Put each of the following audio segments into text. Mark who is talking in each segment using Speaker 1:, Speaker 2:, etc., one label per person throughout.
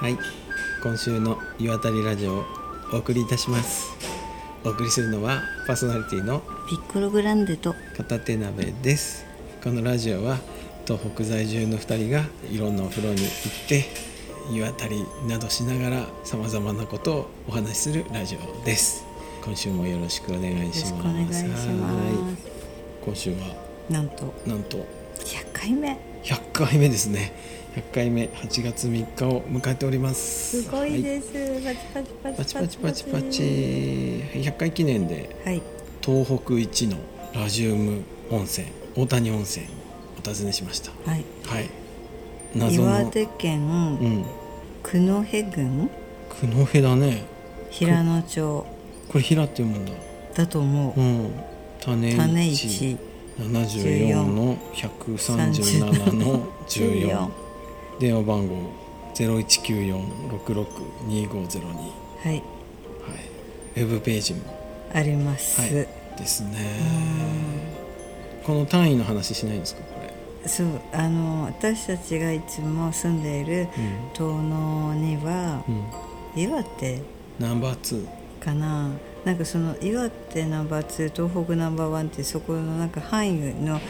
Speaker 1: はい今週の「湯あたりラジオ」をお送りいたしますお送りするのはパーソナリティの
Speaker 2: ピッコログランデと
Speaker 1: 片手鍋ですこのラジオは東北在住の2人がいろんなお風呂に行って湯あたりなどしながらさまざまなことをお話しするラジオです今週もよろしくお願いします
Speaker 2: よろしくお願いします
Speaker 1: はい今週は
Speaker 2: なんと
Speaker 1: なんと
Speaker 2: 100回目
Speaker 1: 100回目ですね100回目8月3日を迎えております
Speaker 2: すごい
Speaker 1: は
Speaker 2: です、パチパチ
Speaker 1: パ
Speaker 2: パ
Speaker 1: チ
Speaker 2: チ
Speaker 1: パ
Speaker 2: パ
Speaker 1: チ
Speaker 2: チ
Speaker 1: パチパチ100回記念で
Speaker 2: はい
Speaker 1: 東北一のラジウム温泉大谷温泉お訪ねしました
Speaker 2: はい
Speaker 1: はい謎の
Speaker 2: 岩手県
Speaker 1: うん
Speaker 2: 九戸郡
Speaker 1: 九戸だね
Speaker 2: 平野町
Speaker 1: これ平っていうもんだ
Speaker 2: だと思
Speaker 1: う
Speaker 2: う、
Speaker 1: ん種市
Speaker 2: 種市
Speaker 1: 74の137の14
Speaker 2: 14
Speaker 1: 電話番号0194662502はい
Speaker 2: はい
Speaker 1: ウェブページも
Speaker 2: あります、
Speaker 1: はい、ですねこの単位の話しないんですかこれ、
Speaker 2: そうあの私たちがいつも住んでいる
Speaker 1: うん
Speaker 2: 東能には
Speaker 1: うん、
Speaker 2: 岩手
Speaker 1: ナンバー2
Speaker 2: かななんかその岩手ナンバー2東北ナンバーワンってそこのなんか範囲の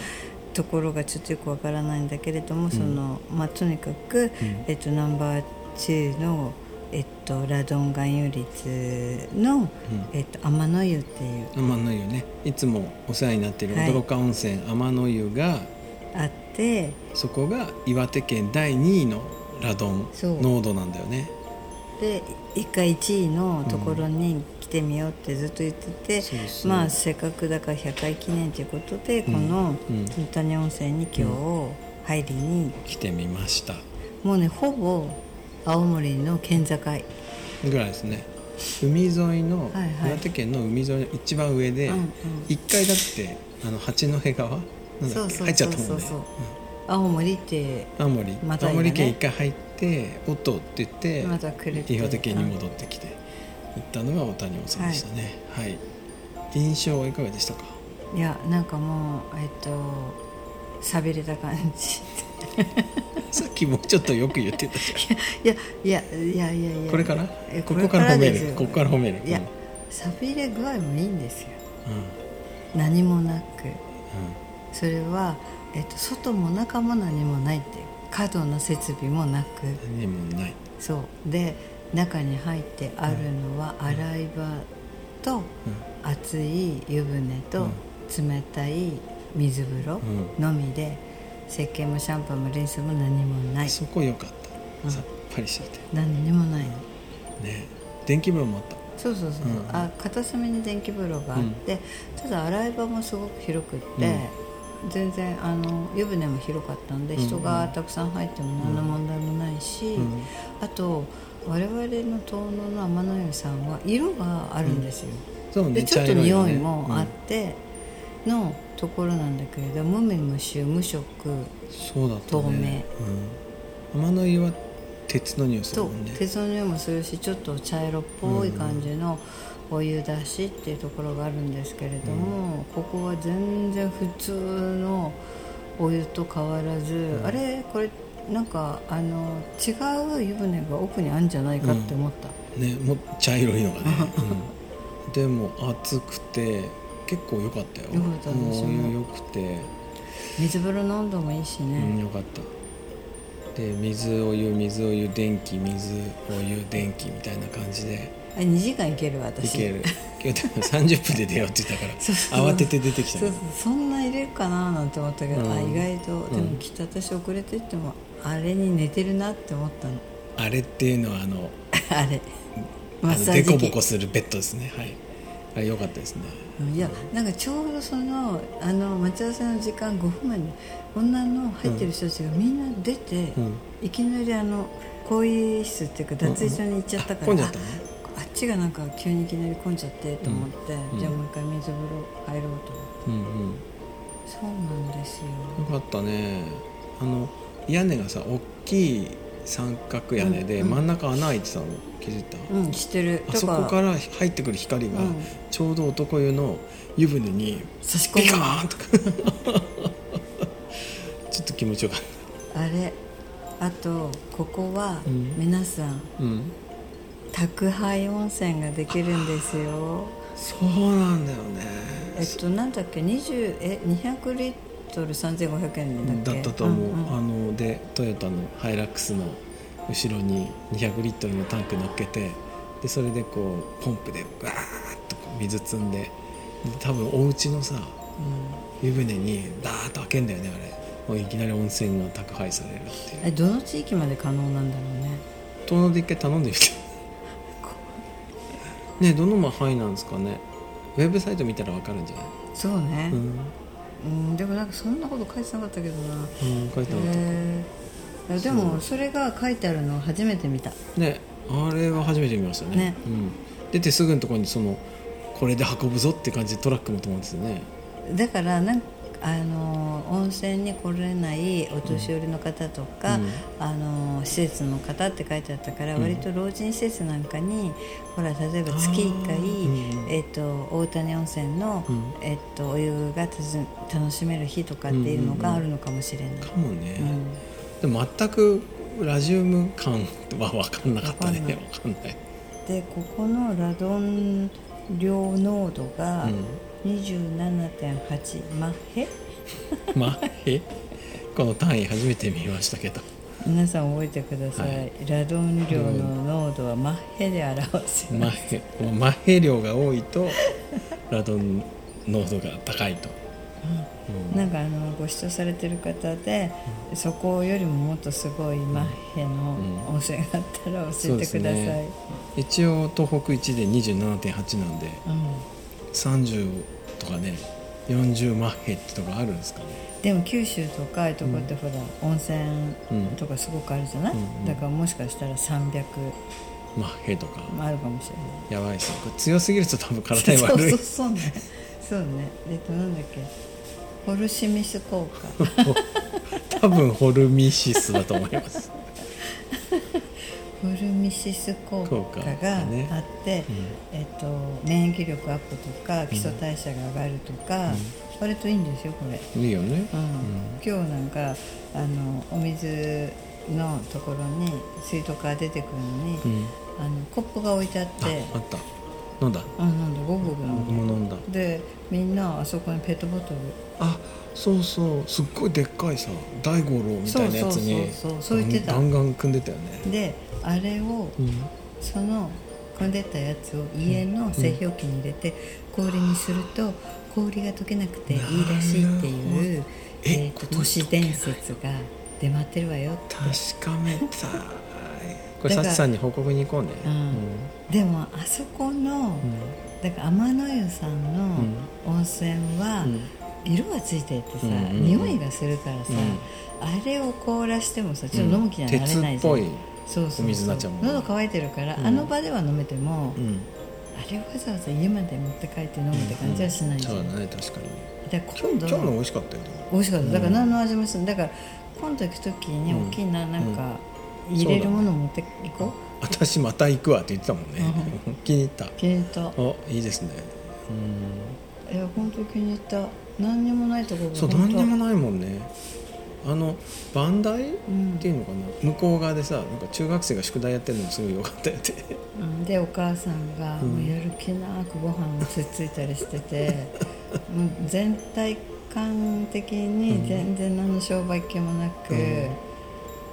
Speaker 2: ところがちょっとよくわからないんだけれども、そのまあ、とにかく、えっと、ナンバー2の、えっと、ラドン含有率の、えっと、天の湯っていう
Speaker 1: 天の湯ねいつもお世話になっている
Speaker 2: はい
Speaker 1: 驚か温泉、天の湯が
Speaker 2: あって
Speaker 1: そこが岩手県第2位のラドン
Speaker 2: そう
Speaker 1: 濃度なんだよね
Speaker 2: で一回1位のところに来てみようってずっと言ってて、
Speaker 1: そうそう
Speaker 2: まあ、せっかくだから100回記念ということで、こ
Speaker 1: う
Speaker 2: の
Speaker 1: ん
Speaker 2: 本谷温泉に今日入りに、
Speaker 1: 来てみました
Speaker 2: もうねほぼ青森の県境
Speaker 1: ぐらいですね海沿いの、
Speaker 2: はいはい
Speaker 1: 岩手県の海沿いの一番上で、
Speaker 2: うんうん
Speaker 1: 一回だってあの八戸川なんだっけ入っちゃったもんね
Speaker 2: 青森って
Speaker 1: 青森、
Speaker 2: また
Speaker 1: 青
Speaker 2: いいよね
Speaker 1: 森県一回入って「おっと」って言って
Speaker 2: また来るっていう
Speaker 1: 岩手県に戻ってきて行ったのが大谷温泉でしたねはい、印象はいかがでした か
Speaker 2: いやなんかもうえっとさびれた感じ
Speaker 1: さっきもうちょっとよく言ってたじ
Speaker 2: いやいやいやいやい
Speaker 1: ゃん
Speaker 2: や
Speaker 1: これから
Speaker 2: え
Speaker 1: ここから褒め
Speaker 2: です
Speaker 1: る
Speaker 2: よ
Speaker 1: ここから褒める
Speaker 2: いや
Speaker 1: うん
Speaker 2: さびれ具合もいいんですよ
Speaker 1: うん
Speaker 2: 何もなくそれは、えっと、外も中も何もないっていう過度な設備もなく
Speaker 1: うん何もない
Speaker 2: そうで中に入ってあるのは洗い場と、熱い湯船と冷たい水風呂のみで石鹸もシャンプーもリンスも何もな
Speaker 1: う
Speaker 2: い
Speaker 1: ん、そこ良かっ
Speaker 2: う
Speaker 1: た
Speaker 2: ん
Speaker 1: さっぱりしてて
Speaker 2: 何にもない
Speaker 1: ね電気風呂もあった
Speaker 2: そうそうそう、
Speaker 1: うん
Speaker 2: あ片隅に電気風呂があって、ただ洗い場もすごく広くって、全然あの湯船も広かったんで
Speaker 1: うん
Speaker 2: 人がたくさん入っても何の問題もないし、
Speaker 1: うん
Speaker 2: あと我々の遠野の天の湯さんは色があるんですよ、
Speaker 1: そう
Speaker 2: で
Speaker 1: ね
Speaker 2: ちょっ
Speaker 1: 茶
Speaker 2: と
Speaker 1: 色よ
Speaker 2: 匂
Speaker 1: ね
Speaker 2: いもあってのところなんだけれど無味無臭無色
Speaker 1: そうだったねうん、天の湯は鉄の匂いする
Speaker 2: と
Speaker 1: もんね
Speaker 2: 鉄の匂いもするしちょっと茶色っぽい感じのお湯出しっていうところがあるんですけれども、ここは全然普通のお湯と変わらず、あれこれなんかあの違う湯船が奥にあるんじゃないかって思った、
Speaker 1: ねもう茶色いのがね、うんでも暑くて結構良かったよ
Speaker 2: 良かった
Speaker 1: も
Speaker 2: 私
Speaker 1: うお
Speaker 2: も
Speaker 1: 湯良くて、
Speaker 2: 水風呂の温度もいいし
Speaker 1: うん、
Speaker 2: ね、
Speaker 1: 良かったで水お湯水お湯電気水お湯電気みたいな感じで
Speaker 2: あ2時間いける
Speaker 1: い
Speaker 2: 私
Speaker 1: ける今日でも30分で出ようって言ったから
Speaker 2: そうそう
Speaker 1: 慌てて出てきた
Speaker 2: そ
Speaker 1: の
Speaker 2: うそうそんな入れるかななんて思ったけど、
Speaker 1: うん
Speaker 2: あ意外とで
Speaker 1: う
Speaker 2: も
Speaker 1: ん
Speaker 2: きっと私遅れてってもあれに寝てるなって思ったの
Speaker 1: あれっていうのはあの
Speaker 2: あれマ
Speaker 1: あ
Speaker 2: ッ
Speaker 1: の
Speaker 2: サ
Speaker 1: デ
Speaker 2: ー
Speaker 1: コ
Speaker 2: ジ
Speaker 1: ボ
Speaker 2: 機
Speaker 1: コするベッドですねはいあれ良かったですね
Speaker 2: うんいやなんかちょうどそのあの待ち合わせの時間5分前に女の入ってる人たちがみんな出て、
Speaker 1: うん
Speaker 2: いきなりあの更衣室っていうか脱衣所に行っちゃったから、
Speaker 1: 混んじゃったの
Speaker 2: ああっちがなんか急にいきなり混んじゃってと思って、
Speaker 1: うん
Speaker 2: じゃあもう一回水風呂入ろうと思って
Speaker 1: うんうん
Speaker 2: そうなんですよ
Speaker 1: よかったねあの屋根がさ大きい三角屋根で、
Speaker 2: うんうん
Speaker 1: 真ん中穴開いてたの気づいた、
Speaker 2: うん知ってる
Speaker 1: あ
Speaker 2: と
Speaker 1: そこ から入ってくる光が、
Speaker 2: うん
Speaker 1: ちょうど男湯の湯船に
Speaker 2: 差し込
Speaker 1: ピカ
Speaker 2: む
Speaker 1: ーンとかちょっと気持ちよかっ
Speaker 2: あれあとここは
Speaker 1: うん
Speaker 2: 皆さん
Speaker 1: うん
Speaker 2: 宅配温泉ができるんですよ
Speaker 1: そうなんだよね
Speaker 2: えっとなんだっけ20え200リットル3500円
Speaker 1: だ
Speaker 2: だっ
Speaker 1: っ
Speaker 2: け
Speaker 1: たと思う、
Speaker 2: んん
Speaker 1: あのでトヨタのハイラックスの後ろに200リットルのタンク乗っけてでそれでこうポンプでガーッとこう水積んでで多分お家のさ湯船にダーッと開けんだよねあれもういきなり温泉が宅配されるって
Speaker 2: え
Speaker 1: いう
Speaker 2: どの地域まで可能なんだろうね
Speaker 1: 遠野で一回頼んでみ てねどの範囲なんですかねウェブサイト見たらわかるんじゃない、
Speaker 2: そうね、
Speaker 1: う
Speaker 2: うん
Speaker 1: ん
Speaker 2: でもなんかそんなこと書いてなかったけどな
Speaker 1: うん、書いてあった
Speaker 2: へえでもそれが書いてあるのを初めて見た
Speaker 1: ねあれは初めて見ましたね
Speaker 2: ね
Speaker 1: うん、出てすぐのところにそのこれで運ぶぞって感じでトラックも止まっててね
Speaker 2: だからなんかあの温泉に来れないお年寄りの方とか、
Speaker 1: うん
Speaker 2: あの施設の方って書いてあったから、
Speaker 1: うん
Speaker 2: 割と老人施設なんかにほら例えば月1回
Speaker 1: あーうん
Speaker 2: えっと大谷温泉の、
Speaker 1: うん
Speaker 2: えっとお湯がたず楽しめる日とかっていうのがあるのかもしれない。
Speaker 1: かもね、
Speaker 2: うん
Speaker 1: でも全くラジウム感は分かんなかったね
Speaker 2: わかんない
Speaker 1: 分かんない
Speaker 2: でここのラドン量濃度が
Speaker 1: うん
Speaker 2: 27.8マヘ、
Speaker 1: まあえこの単位初めて見ましたけど
Speaker 2: 皆さん覚えてください、
Speaker 1: は
Speaker 2: ラドン量の濃度はマヘで表す、
Speaker 1: マヘマヘ量が多いとラドン濃度が高いと、うん
Speaker 2: なんかあのご視聴されてる方で、そこよりももっとすごいマヘの
Speaker 1: うん
Speaker 2: 温泉があったら教えてください、
Speaker 1: そうですね一応東北1で27.8なんで
Speaker 2: う
Speaker 1: 30とかね40マッヘってとこあるんですかね
Speaker 2: ん、でも九州とかああいうとこってほら、温泉
Speaker 1: うん
Speaker 2: とかすごくあるじゃない、
Speaker 1: うんうん
Speaker 2: だからもしかしたら300
Speaker 1: マッヘとか
Speaker 2: もあるかもしれ
Speaker 1: や
Speaker 2: ない
Speaker 1: ばいですねこれ強すぎると多分体に悪い
Speaker 2: そうそうそうねそうねえっとなんだっけホルシミス効果
Speaker 1: 多分ホルミシスだと思い ます、
Speaker 2: ホルミシス効
Speaker 1: 効
Speaker 2: 果
Speaker 1: 果
Speaker 2: が
Speaker 1: だね
Speaker 2: あって、えっと、免疫力アップとか基礎代謝が上がるとか、割といいんですよこれ、
Speaker 1: うん、いいよね
Speaker 2: うん今日なんかあのお水のところに水道から出てくるのに、
Speaker 1: うん、うん、
Speaker 2: あのコップが置いてあっ
Speaker 1: あ
Speaker 2: て
Speaker 1: あった飲んだ
Speaker 2: あなんだゴブゴブ飲ん
Speaker 1: 僕
Speaker 2: で
Speaker 1: も飲んだ
Speaker 2: でみんなあそこにペットボトル
Speaker 1: あそうそうすっごいでっかいさ大五郎みたいなやつに
Speaker 2: そうそうそうそうそう言ってた
Speaker 1: ガンガン組んでたよね、
Speaker 2: であれを
Speaker 1: うん、
Speaker 2: その組んでたやつを家の製氷機に入れて氷にすると氷が溶けなくていいらしいっていう、
Speaker 1: え
Speaker 2: えーと都市伝説が出回ってるわよって
Speaker 1: 確かめたいこれサ
Speaker 2: だから
Speaker 1: チさんに報告に行こうね
Speaker 2: うんでもあそこ
Speaker 1: う
Speaker 2: の
Speaker 1: ん
Speaker 2: だから天の湯さんの温泉は
Speaker 1: うん
Speaker 2: 色がついていて
Speaker 1: う
Speaker 2: さ、
Speaker 1: んうんうん
Speaker 2: 匂いがするからさ、
Speaker 1: う
Speaker 2: あれを凍らしてもさちょっと飲む気にはなれないじゃん、
Speaker 1: 鉄っぽい、
Speaker 2: そうそうそう
Speaker 1: お水になっちゃうもんね
Speaker 2: 喉乾いてるから、
Speaker 1: うん
Speaker 2: あの場では飲めても、
Speaker 1: うん、
Speaker 2: あれをわざわざ家まで持って帰って飲むって感じはしないじゃん、
Speaker 1: そうだ
Speaker 2: だ
Speaker 1: ね確かに
Speaker 2: から今度
Speaker 1: 今日の美味しかったよね
Speaker 2: 美味しかっただから
Speaker 1: うん
Speaker 2: 何の味もするだから今度行く時に
Speaker 1: うん
Speaker 2: 大きいななんか
Speaker 1: ん
Speaker 2: 入れるものを持って行こ
Speaker 1: 私また行くわって言ってたもんね、気に入った
Speaker 2: う気に入った
Speaker 1: あいいですね
Speaker 2: いや本当気に入った何にもないところ
Speaker 1: うん
Speaker 2: が
Speaker 1: そう
Speaker 2: 本
Speaker 1: 何
Speaker 2: 当
Speaker 1: にもないもんねあのバンダイっ
Speaker 2: うん
Speaker 1: ていうのかな向こう側でさなんか中学生が宿題やってるのもすごい良かったよって
Speaker 2: うんでお母さんが
Speaker 1: うん
Speaker 2: もうやる気なくご飯をつっついたりし ててもう全体感的に全然何の商売気もなく
Speaker 1: うん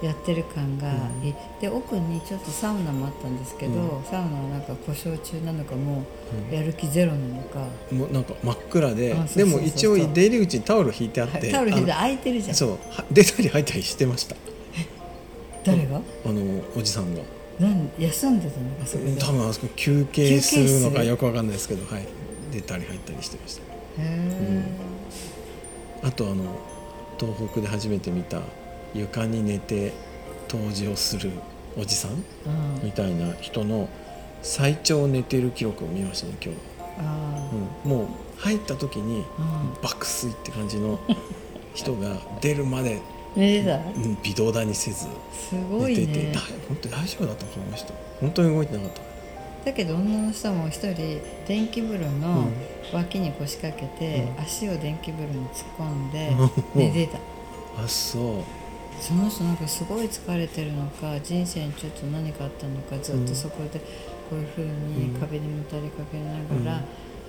Speaker 2: やってる感がいい、で奥にちょっとサウナもあったんですけど、
Speaker 1: うん
Speaker 2: サウナはなんか故障中なのかも
Speaker 1: う
Speaker 2: うやる気ゼロなのか、
Speaker 1: もうなんか真っ暗で
Speaker 2: あそう
Speaker 1: で
Speaker 2: そうそうそう
Speaker 1: も一応出入り口にタオル引いてあって
Speaker 2: タオル引いて
Speaker 1: あ
Speaker 2: 空いてるじゃ
Speaker 1: の
Speaker 2: ん
Speaker 1: そうは出たり入ったりしてました
Speaker 2: 誰が
Speaker 1: あのおじさんが
Speaker 2: なん休んでたのかそこで
Speaker 1: 多分あそこ休憩するの
Speaker 2: 休憩す
Speaker 1: か
Speaker 2: る
Speaker 1: よくわかんないですけど、はい、出たり入ったりしてました
Speaker 2: へ
Speaker 1: あとあの東北で初めて見た床に寝て湯治をするおじさん
Speaker 2: ーうん
Speaker 1: みたいな人の最長寝てる記録を見ましたね今日、
Speaker 2: あ
Speaker 1: うん、もう入った時に
Speaker 2: ーうん
Speaker 1: 爆睡って感じ の人が出るまで、
Speaker 2: 寝てた
Speaker 1: うん、微動だにせず
Speaker 2: すご
Speaker 1: 寝
Speaker 2: い
Speaker 1: て
Speaker 2: ね
Speaker 1: て、だ本当に大丈夫だったと思いました本当に動いてなかった
Speaker 2: だけど女の人も一人電気風呂の脇に腰 掛けて、足を電気風呂に突っ込んで
Speaker 1: うん
Speaker 2: 寝てた
Speaker 1: あそう
Speaker 2: その人なんかすごい疲れてるのか人生にちょっと何かあったのかずっとそこでこういうふうに
Speaker 1: うん
Speaker 2: 壁にもたれかけながら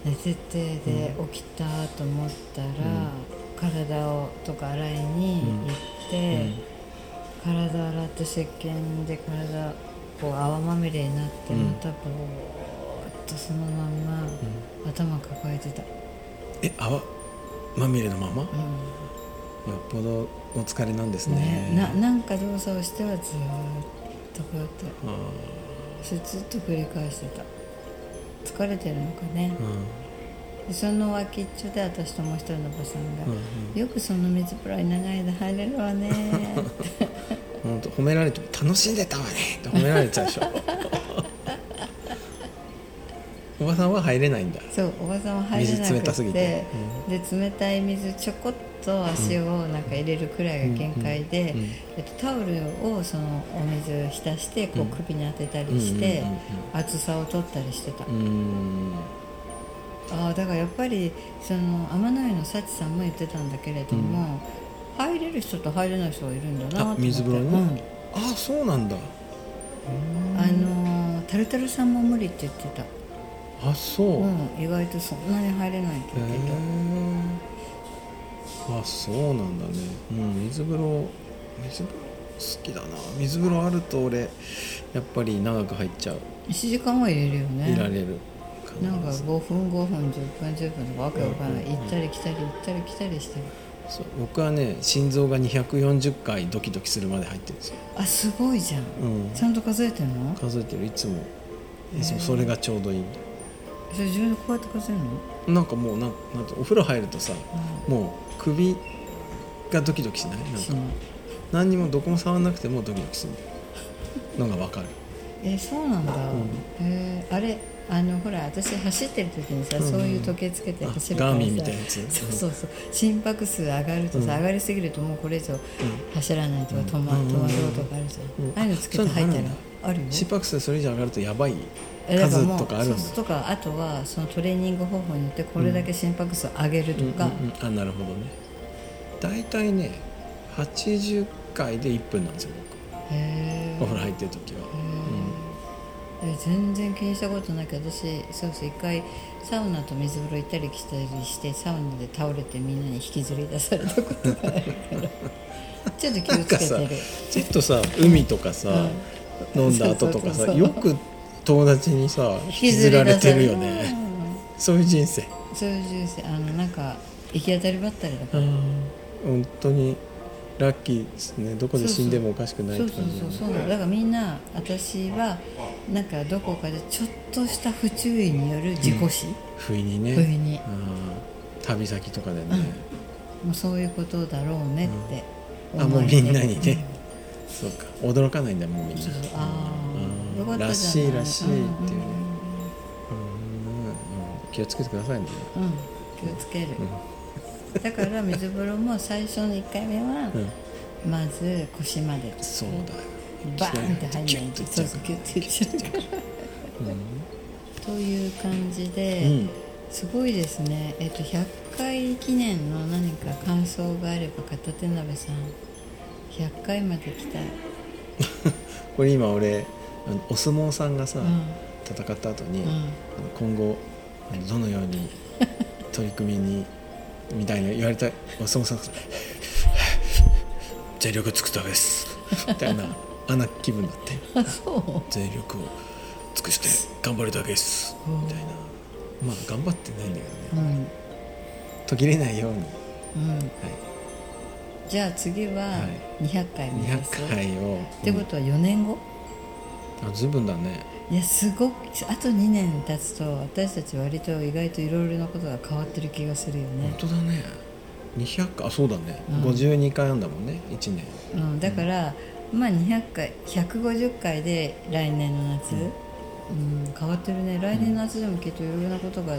Speaker 2: 寝ててで起きたと思ったら体をとか洗いに行って体洗って石鹸で体こう泡まみれになって
Speaker 1: うん
Speaker 2: またぼーっとそのまんま頭抱えてた。
Speaker 1: え泡まみれのままよ
Speaker 2: うん
Speaker 1: っぽどお疲れなんですね
Speaker 2: ね、ななんか動作をしてはずーっとこうやって
Speaker 1: あ
Speaker 2: それずっと繰り返してた疲れてるのかね
Speaker 1: ー、うん
Speaker 2: でその脇っちょで私ともう一人のおばさんが、
Speaker 1: うん
Speaker 2: よくその水風呂に長い間入れるわね ー」って
Speaker 1: うん、本当褒められても楽しんでたわねって褒められちゃうでしょ おばさんは入れないんだ
Speaker 2: そうおばさんは入れな
Speaker 1: 水冷
Speaker 2: く
Speaker 1: たす
Speaker 2: て
Speaker 1: ぎて
Speaker 2: で冷たい水ちょこっと足をなんか入れるくらいが限界で、
Speaker 1: うんうん
Speaker 2: えっと、タオルをそのお水浸してこう
Speaker 1: うん
Speaker 2: 首に当てたりして、
Speaker 1: うんうんうん
Speaker 2: 厚さを取ったりしてた
Speaker 1: うーん
Speaker 2: ああだからやっぱりその天野井の幸さんも言ってたんだけれども、入れる人と入れない人がいるんだなと思
Speaker 1: あ
Speaker 2: って
Speaker 1: 水風呂に、
Speaker 2: うん
Speaker 1: あそうなんだ
Speaker 2: あのータルタルさんも無理って言ってた、
Speaker 1: あそう、
Speaker 2: う
Speaker 1: へ
Speaker 2: ん、意外とそんなに入れないって言ってた、
Speaker 1: ーあそうなんだねうん水風呂水風呂好きだな水風呂あると俺やっぱり長く入っちゃう、
Speaker 2: 1時間は入れるよね
Speaker 1: いられる
Speaker 2: なんか
Speaker 1: 必ず
Speaker 2: 5分5分10分10分とかわけわからない、
Speaker 1: うんうんうん
Speaker 2: 行ったり来たり行ったり来たりしてる
Speaker 1: そう僕はね心臓が240回ドキドキするまで入ってるんですよ、
Speaker 2: あすごいじゃん、
Speaker 1: うん、
Speaker 2: ちゃんと数えてんの
Speaker 1: 数えてるいつもいつもそれがちょうどいいんだ
Speaker 2: それ自分でこうやって数えるの、
Speaker 1: なんかもうなんなんてお風呂入るとさ
Speaker 2: う
Speaker 1: もう首がドキドキしないなん
Speaker 2: ん、
Speaker 1: か
Speaker 2: しない
Speaker 1: 何にもどこも触らなくてもドキドキするのがわかる
Speaker 2: えーそうなんだ、えーあれあのほら私走ってる時にさ、
Speaker 1: うんうん
Speaker 2: そういう時計つけて
Speaker 1: あ
Speaker 2: 走るから
Speaker 1: ガ
Speaker 2: さ
Speaker 1: ーミンみたいなやつ
Speaker 2: そうそうそう心拍数上がるとさ、
Speaker 1: うん
Speaker 2: 上がりすぎるともうこれ以上
Speaker 1: う
Speaker 2: 走らないとか
Speaker 1: うん
Speaker 2: 止ま,、
Speaker 1: うん
Speaker 2: 止まろうとかあるじゃん、
Speaker 1: うん
Speaker 2: ああいうのつけて入った
Speaker 1: そういう
Speaker 2: ら
Speaker 1: の
Speaker 2: あるよ
Speaker 1: ん心拍数それ以上上がるとやばい
Speaker 2: えだら
Speaker 1: 数
Speaker 2: もう
Speaker 1: とかあるんだ
Speaker 2: そうとかあとはそのトレーニング方法によってこれだけ心拍数上げるとか、
Speaker 1: うんうんうんあなるほどね大体ね80回で1分なんですよ
Speaker 2: へえ
Speaker 1: 僕お風呂入ってる時は、
Speaker 2: え全然気にしたことないけど私そうそう一回サウナと水風呂行ったり来たりしてサウナで倒れてみんなに引きずり出されたことがあるからちょっと気を
Speaker 1: なん
Speaker 2: つ
Speaker 1: か
Speaker 2: け
Speaker 1: さ
Speaker 2: てる
Speaker 1: ちょっとさ海とかさ、
Speaker 2: うん
Speaker 1: 飲んだ後とか
Speaker 2: そうそ
Speaker 1: さ
Speaker 2: うそう
Speaker 1: よく友達にさ引きずられてるよねそういう人生
Speaker 2: うんそういう人生あのなんか行き当たりばったりだから、
Speaker 1: 本当にラッキーですねどこで死んでもおかしくない
Speaker 2: そ
Speaker 1: っ
Speaker 2: う
Speaker 1: て
Speaker 2: そう
Speaker 1: 感じだ
Speaker 2: そう
Speaker 1: ね
Speaker 2: そうなのだからみんな私はなんかどこかでちょっとした不注意による事故死、
Speaker 1: 不意にね
Speaker 2: 不意に
Speaker 1: あー旅先とかでね、
Speaker 2: もうそういうことだろうねって
Speaker 1: あも
Speaker 2: 思
Speaker 1: う
Speaker 2: えて
Speaker 1: みんなにね、そうか驚かないんだもうみんな
Speaker 2: そうそうあ
Speaker 1: うん
Speaker 2: あよかった
Speaker 1: ら
Speaker 2: じ
Speaker 1: し
Speaker 2: ゃない
Speaker 1: いらしいっていうね、
Speaker 2: んん
Speaker 1: うんうん気をつけてくださいね、
Speaker 2: うんうん気をつける、だから水風呂も最初の1回目は
Speaker 1: うん、
Speaker 2: まず腰まで
Speaker 1: そうだよ
Speaker 2: バーンって入んないと
Speaker 1: キ
Speaker 2: そ
Speaker 1: ュ
Speaker 2: う
Speaker 1: ッ
Speaker 2: そ
Speaker 1: と
Speaker 2: う
Speaker 1: いっ
Speaker 2: キ
Speaker 1: ち
Speaker 2: ュ
Speaker 1: ゃ
Speaker 2: ッていっちゃうか
Speaker 1: う
Speaker 2: ら
Speaker 1: から
Speaker 2: という感じ
Speaker 1: う
Speaker 2: で
Speaker 1: ん
Speaker 2: すごいですねえっと100回記念の何か感想があれば片手鍋さん100回まで来たい
Speaker 1: これ今俺あのお相撲さんがさ、
Speaker 2: うん
Speaker 1: 戦った後に、
Speaker 2: うん
Speaker 1: あの今後あのどのように取り組みに みたいな言われたお相撲さんが全力を尽くすためですみたいなあんな気分になって
Speaker 2: あそう
Speaker 1: 全力を尽くして頑張るだけです
Speaker 2: うん
Speaker 1: みたいなまあ頑張ってないんだけ
Speaker 2: う
Speaker 1: どね
Speaker 2: ん
Speaker 1: 途切れないように、は
Speaker 2: うんじゃあ次はい200回
Speaker 1: い、
Speaker 2: 目です
Speaker 1: 200回を
Speaker 2: ってことは4年後、
Speaker 1: うんあ随分だね
Speaker 2: いやすごくあと2年経つと私たち割と意外といろいろなことが変わってる気がするよ
Speaker 1: 本
Speaker 2: ね、
Speaker 1: 当だね200回あそうだね、
Speaker 2: うん
Speaker 1: 52回なんだもんね1年
Speaker 2: うん、だから、まあ200回150回で来年の夏、うん変わってるね来年の夏でもきっといろいろなことが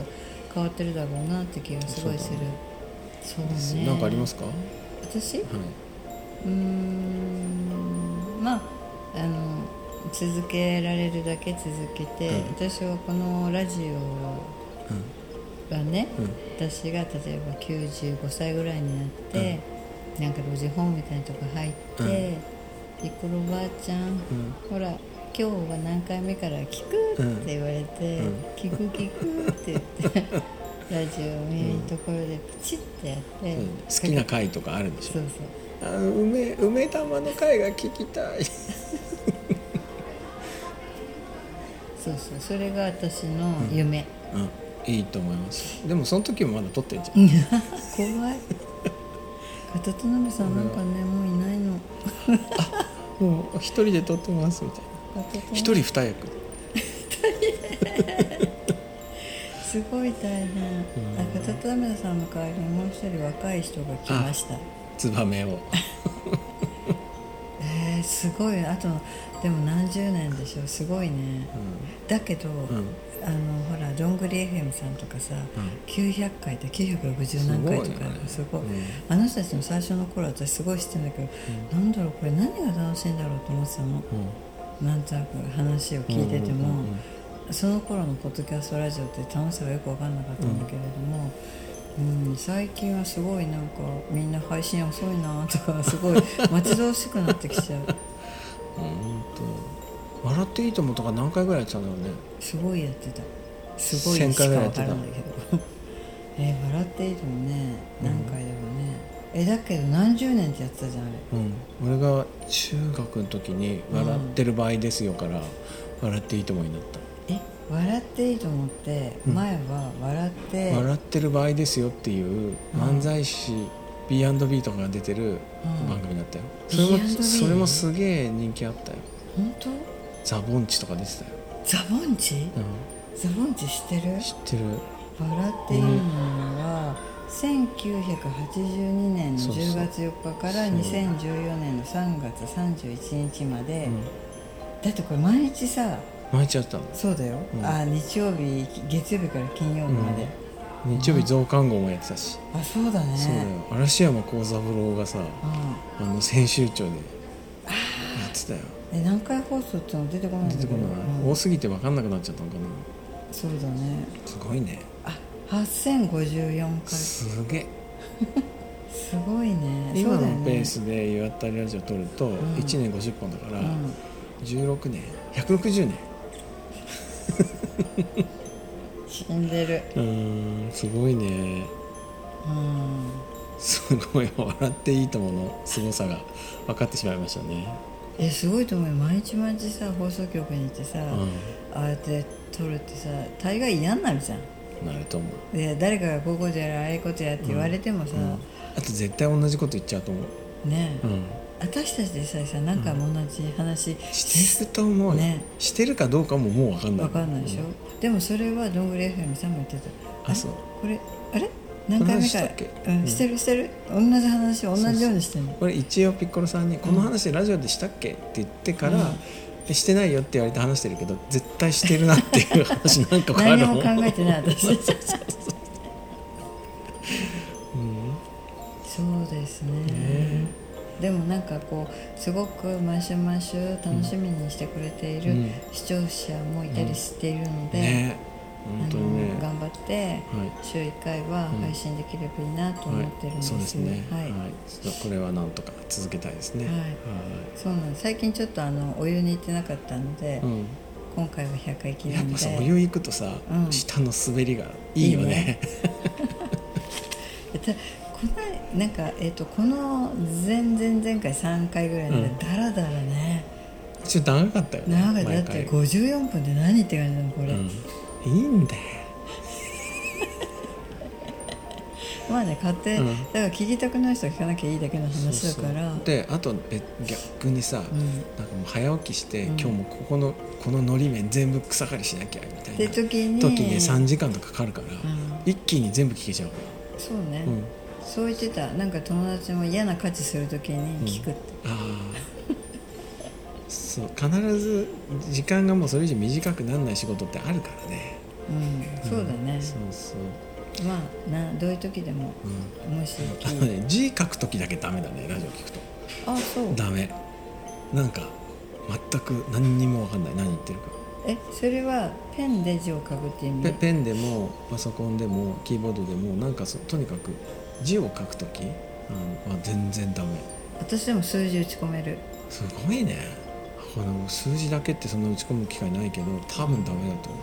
Speaker 2: 変わってるだろうなって気がすごいするそう
Speaker 1: です
Speaker 2: ね
Speaker 1: なんかありますか、は
Speaker 2: 私う
Speaker 1: い、
Speaker 2: ーんまああの続けられるだけ続けて、
Speaker 1: うん
Speaker 2: 私はこのラジ
Speaker 1: うん
Speaker 2: オがね、
Speaker 1: うん
Speaker 2: 私が例えば95歳ぐらいになって、なんか老人ホームみたいなとこ入って、
Speaker 1: うん
Speaker 2: ピコロばあちゃん、ほら今日は何回目から聞くって言われて、
Speaker 1: うん
Speaker 2: 聞く聞くって言ってラジオを見るところでプチってやって、
Speaker 1: うん好きな回とかあるんでし
Speaker 2: そ
Speaker 1: ょ
Speaker 2: う
Speaker 1: あの梅梅玉の回が聞きたい
Speaker 2: そうそうそうそれが私の夢、
Speaker 1: うんいいと思いますでもその時もまだ撮ってんじゃん
Speaker 2: 怖いカタツナベさんなんかねもういないの
Speaker 1: もう一人で撮ってますみたいな
Speaker 2: カタツナベ
Speaker 1: 一人二役
Speaker 2: すごい大変、あカタツナベさんの代わりにもう一人若い人が来ました
Speaker 1: ツバメを
Speaker 2: えー、すごいあとでも何十年でしょすごいね、だけど、
Speaker 1: ん
Speaker 2: あのほらどんぐり FM さんとかさ、900回って960何回とか
Speaker 1: す
Speaker 2: す
Speaker 1: ご
Speaker 2: ご
Speaker 1: い
Speaker 2: い
Speaker 1: ね
Speaker 2: あの人たちの最初の頃私すごい知ってんだけど、なんだろうこれ何が楽しいんだろうと思ってたの、なんとなく話を聞いてても、
Speaker 1: うんうんうん
Speaker 2: その頃のポッドキャストラジオって楽しさがよく分かんなかったんだけれども、うん最近はすごいなんかみんな配信遅いなとか すごい待ち遠しくなってきちゃう
Speaker 1: うんと「笑っていいとも」とか何回ぐらいやってたんだろうね
Speaker 2: すごいやってたすごい
Speaker 1: 1000
Speaker 2: しか
Speaker 1: 回ぐらいやっ
Speaker 2: 分
Speaker 1: て
Speaker 2: か
Speaker 1: た
Speaker 2: らないけど えー笑っていいともね何回だろうね、えだけど何十年ってやってたじゃんあ
Speaker 1: うん、
Speaker 2: れ
Speaker 1: 俺が中学の時に「笑ってる場合ですよ」から「笑っていいとも」になった
Speaker 2: え笑っていいと思って前は笑っ
Speaker 1: 「
Speaker 2: て、
Speaker 1: 笑ってる場合ですよ」っていう漫才師 B&B とかが出てる
Speaker 2: うん
Speaker 1: 番組だったよそれも
Speaker 2: B&B
Speaker 1: それもすげえ人気あったよ
Speaker 2: 本当
Speaker 1: ザ・ボンチとか出てたよ、
Speaker 2: ザボンチ
Speaker 1: う
Speaker 2: ザボンチ知ってる
Speaker 1: ん、知ってる
Speaker 2: 笑っていいのは1982年の
Speaker 1: そうそう
Speaker 2: 10月4日から
Speaker 1: そう
Speaker 2: 2014年の3月31日まで、
Speaker 1: うん
Speaker 2: だってこれ毎日さ
Speaker 1: 毎日やってたの
Speaker 2: そうだよ、
Speaker 1: うん
Speaker 2: あ日曜日月曜日から金曜日まで、
Speaker 1: 日曜日増刊号もやってたし、
Speaker 2: あそうだね
Speaker 1: そうだよ嵐山幸三郎がさ
Speaker 2: うん
Speaker 1: あの編集長でやってたよ
Speaker 2: え何回放送っての出てこないんだ
Speaker 1: 出
Speaker 2: け
Speaker 1: て
Speaker 2: ど
Speaker 1: こない、
Speaker 2: うん
Speaker 1: 多すぎて分かんなくなっちゃったのかな
Speaker 2: そうだね
Speaker 1: すごいね
Speaker 2: あ8054回す
Speaker 1: すげえ
Speaker 2: ごいね
Speaker 1: 今
Speaker 2: そうだよ
Speaker 1: の
Speaker 2: ね
Speaker 1: ペースで「ゆわったりラジオ」撮ると
Speaker 2: ん
Speaker 1: 1年50本だから
Speaker 2: うん
Speaker 1: 16年160年
Speaker 2: 死んでる
Speaker 1: うーんすごいね
Speaker 2: うん
Speaker 1: すごい「笑っていいとも」の凄さが分かってしまいましたね
Speaker 2: えすごいと思うよ毎日毎日さ放送局に行ってさ、ああやって撮るってさ大概嫌になるじゃん
Speaker 1: うんなると思う、
Speaker 2: で誰かがこういうことやらああいうことやって言われてもさ、
Speaker 1: うん、あと絶対同じこと言っちゃうと思う、
Speaker 2: ね
Speaker 1: う
Speaker 2: え、
Speaker 1: ん、
Speaker 2: 私たちでさえさ何回も同じ話
Speaker 1: してると思うよ、
Speaker 2: ね
Speaker 1: してるかどうかももう分かんない
Speaker 2: 分かんないでしょ、でもそれはどんぐり FM さんも言ってた
Speaker 1: あそう
Speaker 2: これあれ何回
Speaker 1: この
Speaker 2: 目か
Speaker 1: 話した
Speaker 2: ら
Speaker 1: っけ
Speaker 2: うん、してるしてる同じ話を同じようにしてるの
Speaker 1: これ一応ピッコロさんに「この話ラジオでしたっけ?」って言ってから
Speaker 2: うん
Speaker 1: 「えしてないよ」って言われて話してるけど絶対してるなっていう話なんかあ
Speaker 2: 何
Speaker 1: る
Speaker 2: も考えてない私そう
Speaker 1: うん
Speaker 2: ですね
Speaker 1: ね
Speaker 2: でもなんかこうすごく毎週毎週楽しみにしてくれている
Speaker 1: うん
Speaker 2: 視聴者もいたりしているので、
Speaker 1: ね
Speaker 2: あ
Speaker 1: 本当にね
Speaker 2: の頑張って
Speaker 1: はい
Speaker 2: 週1回は配信できればいいなと
Speaker 1: は
Speaker 2: 思
Speaker 1: い
Speaker 2: ってるんで
Speaker 1: そうです
Speaker 2: すよ
Speaker 1: ねは
Speaker 2: はい
Speaker 1: いちょっとこれはなんとか続けたいですね
Speaker 2: はい
Speaker 1: は
Speaker 2: そうなんです最近ちょっとあのお湯に行ってなかったの
Speaker 1: い
Speaker 2: で、
Speaker 1: うん
Speaker 2: 今回は100回記
Speaker 1: やっ
Speaker 2: 念
Speaker 1: ぱさお
Speaker 2: で
Speaker 1: 湯行くとさ
Speaker 2: うん
Speaker 1: 下の滑りがいいよね
Speaker 2: たこのなんか、えっとこの前々前回3回ぐらいで
Speaker 1: うん
Speaker 2: だらだらね
Speaker 1: ちょっと長かったよね
Speaker 2: 長くだ
Speaker 1: 毎
Speaker 2: って
Speaker 1: 回
Speaker 2: 54分で何って感じなのこれ、
Speaker 1: うんいいんだよ
Speaker 2: まあね買って、
Speaker 1: うん
Speaker 2: だから聞きたくない人は聞かなきゃいいだけの話だから
Speaker 1: そうそうであとえ逆にさ、
Speaker 2: うん
Speaker 1: なんかもう早起きして、
Speaker 2: う
Speaker 1: 今
Speaker 2: ん
Speaker 1: 日もここのこののり面全部草刈りしなきゃみたい
Speaker 2: で
Speaker 1: な時
Speaker 2: 時に
Speaker 1: に3時間とかかかるから、
Speaker 2: ん
Speaker 1: 一気に全部聞けちゃうか
Speaker 2: そうね、
Speaker 1: ら、うん、
Speaker 2: そう言ってたなんか友達も嫌な家事する時に聞くって、
Speaker 1: ああそう必ず時間がもうそれ以上短くならない仕事ってあるからね
Speaker 2: うんそうだね
Speaker 1: ん、そうそう、
Speaker 2: まあなどういう時でも、
Speaker 1: う
Speaker 2: もし
Speaker 1: ん、あの
Speaker 2: 聞い
Speaker 1: ね字書く時だけダメだねラジオ聞くと
Speaker 2: あそう
Speaker 1: ダメなんか全く何にも分かんない何言ってるか
Speaker 2: えそれはペンで字を書くって意味
Speaker 1: ペペンでもパソコンでもキーボードでもなんかそとにかく字を書く時うんあ全然ダメ
Speaker 2: 私でも数字打ち込める
Speaker 1: すごいねこの数字だけってそんな打ち込む機会ないけど多分ダメだと思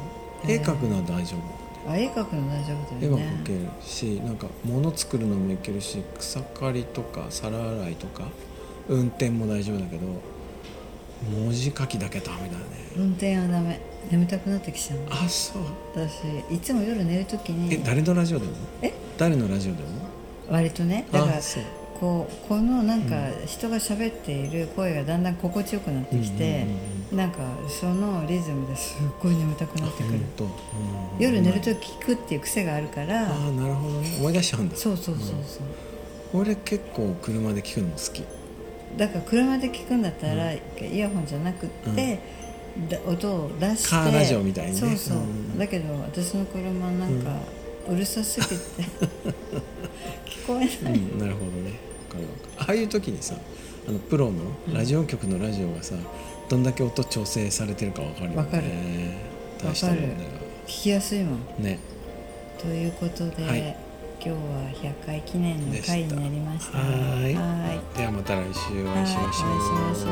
Speaker 1: う絵描くのは大丈夫
Speaker 2: あ絵描くの大丈夫だ
Speaker 1: 絵
Speaker 2: よ
Speaker 1: は
Speaker 2: ね
Speaker 1: 描けるしなんか物作るのもいけるし草刈りとか皿洗いとか運転も大丈夫だけど文字書きだけダメだね
Speaker 2: 運転はダメ眠たくなってきちゃうの
Speaker 1: あそう
Speaker 2: 私いつも夜寝る時
Speaker 1: え
Speaker 2: に
Speaker 1: 誰のラジオでも
Speaker 2: え
Speaker 1: 誰のラジオでも
Speaker 2: 割とねだから
Speaker 1: あそう
Speaker 2: こうこのなんか人が喋っている声がだんだん心地よくなってきて
Speaker 1: うんうん
Speaker 2: なんかそのリズムですっごい眠たくなってくる
Speaker 1: 本当うん
Speaker 2: 夜寝ると聞くっていう癖があるから
Speaker 1: ああなるほどね思い出しちゃうんだ
Speaker 2: そうそうそうそう
Speaker 1: 俺結構車で聞くのも好き
Speaker 2: だから車で聞くんだったら、イヤホンじゃなくって、だ音を出して
Speaker 1: カーラジオみたいにね
Speaker 2: そうそう、
Speaker 1: うん
Speaker 2: だけど私の車なんか、うるさす ぎて聞こえ
Speaker 1: う
Speaker 2: ない、
Speaker 1: ん、なるほどねわかるわかるああいう時にさあのプロのラジオ局のラジオがさ、どんだけ音調整されてるかわかるよね
Speaker 2: わかる
Speaker 1: 大したもんだよ
Speaker 2: わか聞きやすいもん
Speaker 1: ね
Speaker 2: ということで、
Speaker 1: はい
Speaker 2: 今日は100回記念の
Speaker 1: でした
Speaker 2: 回になりました
Speaker 1: はーい
Speaker 2: はーい
Speaker 1: ではまた来週お会いしましょう
Speaker 2: はいお会いしましょう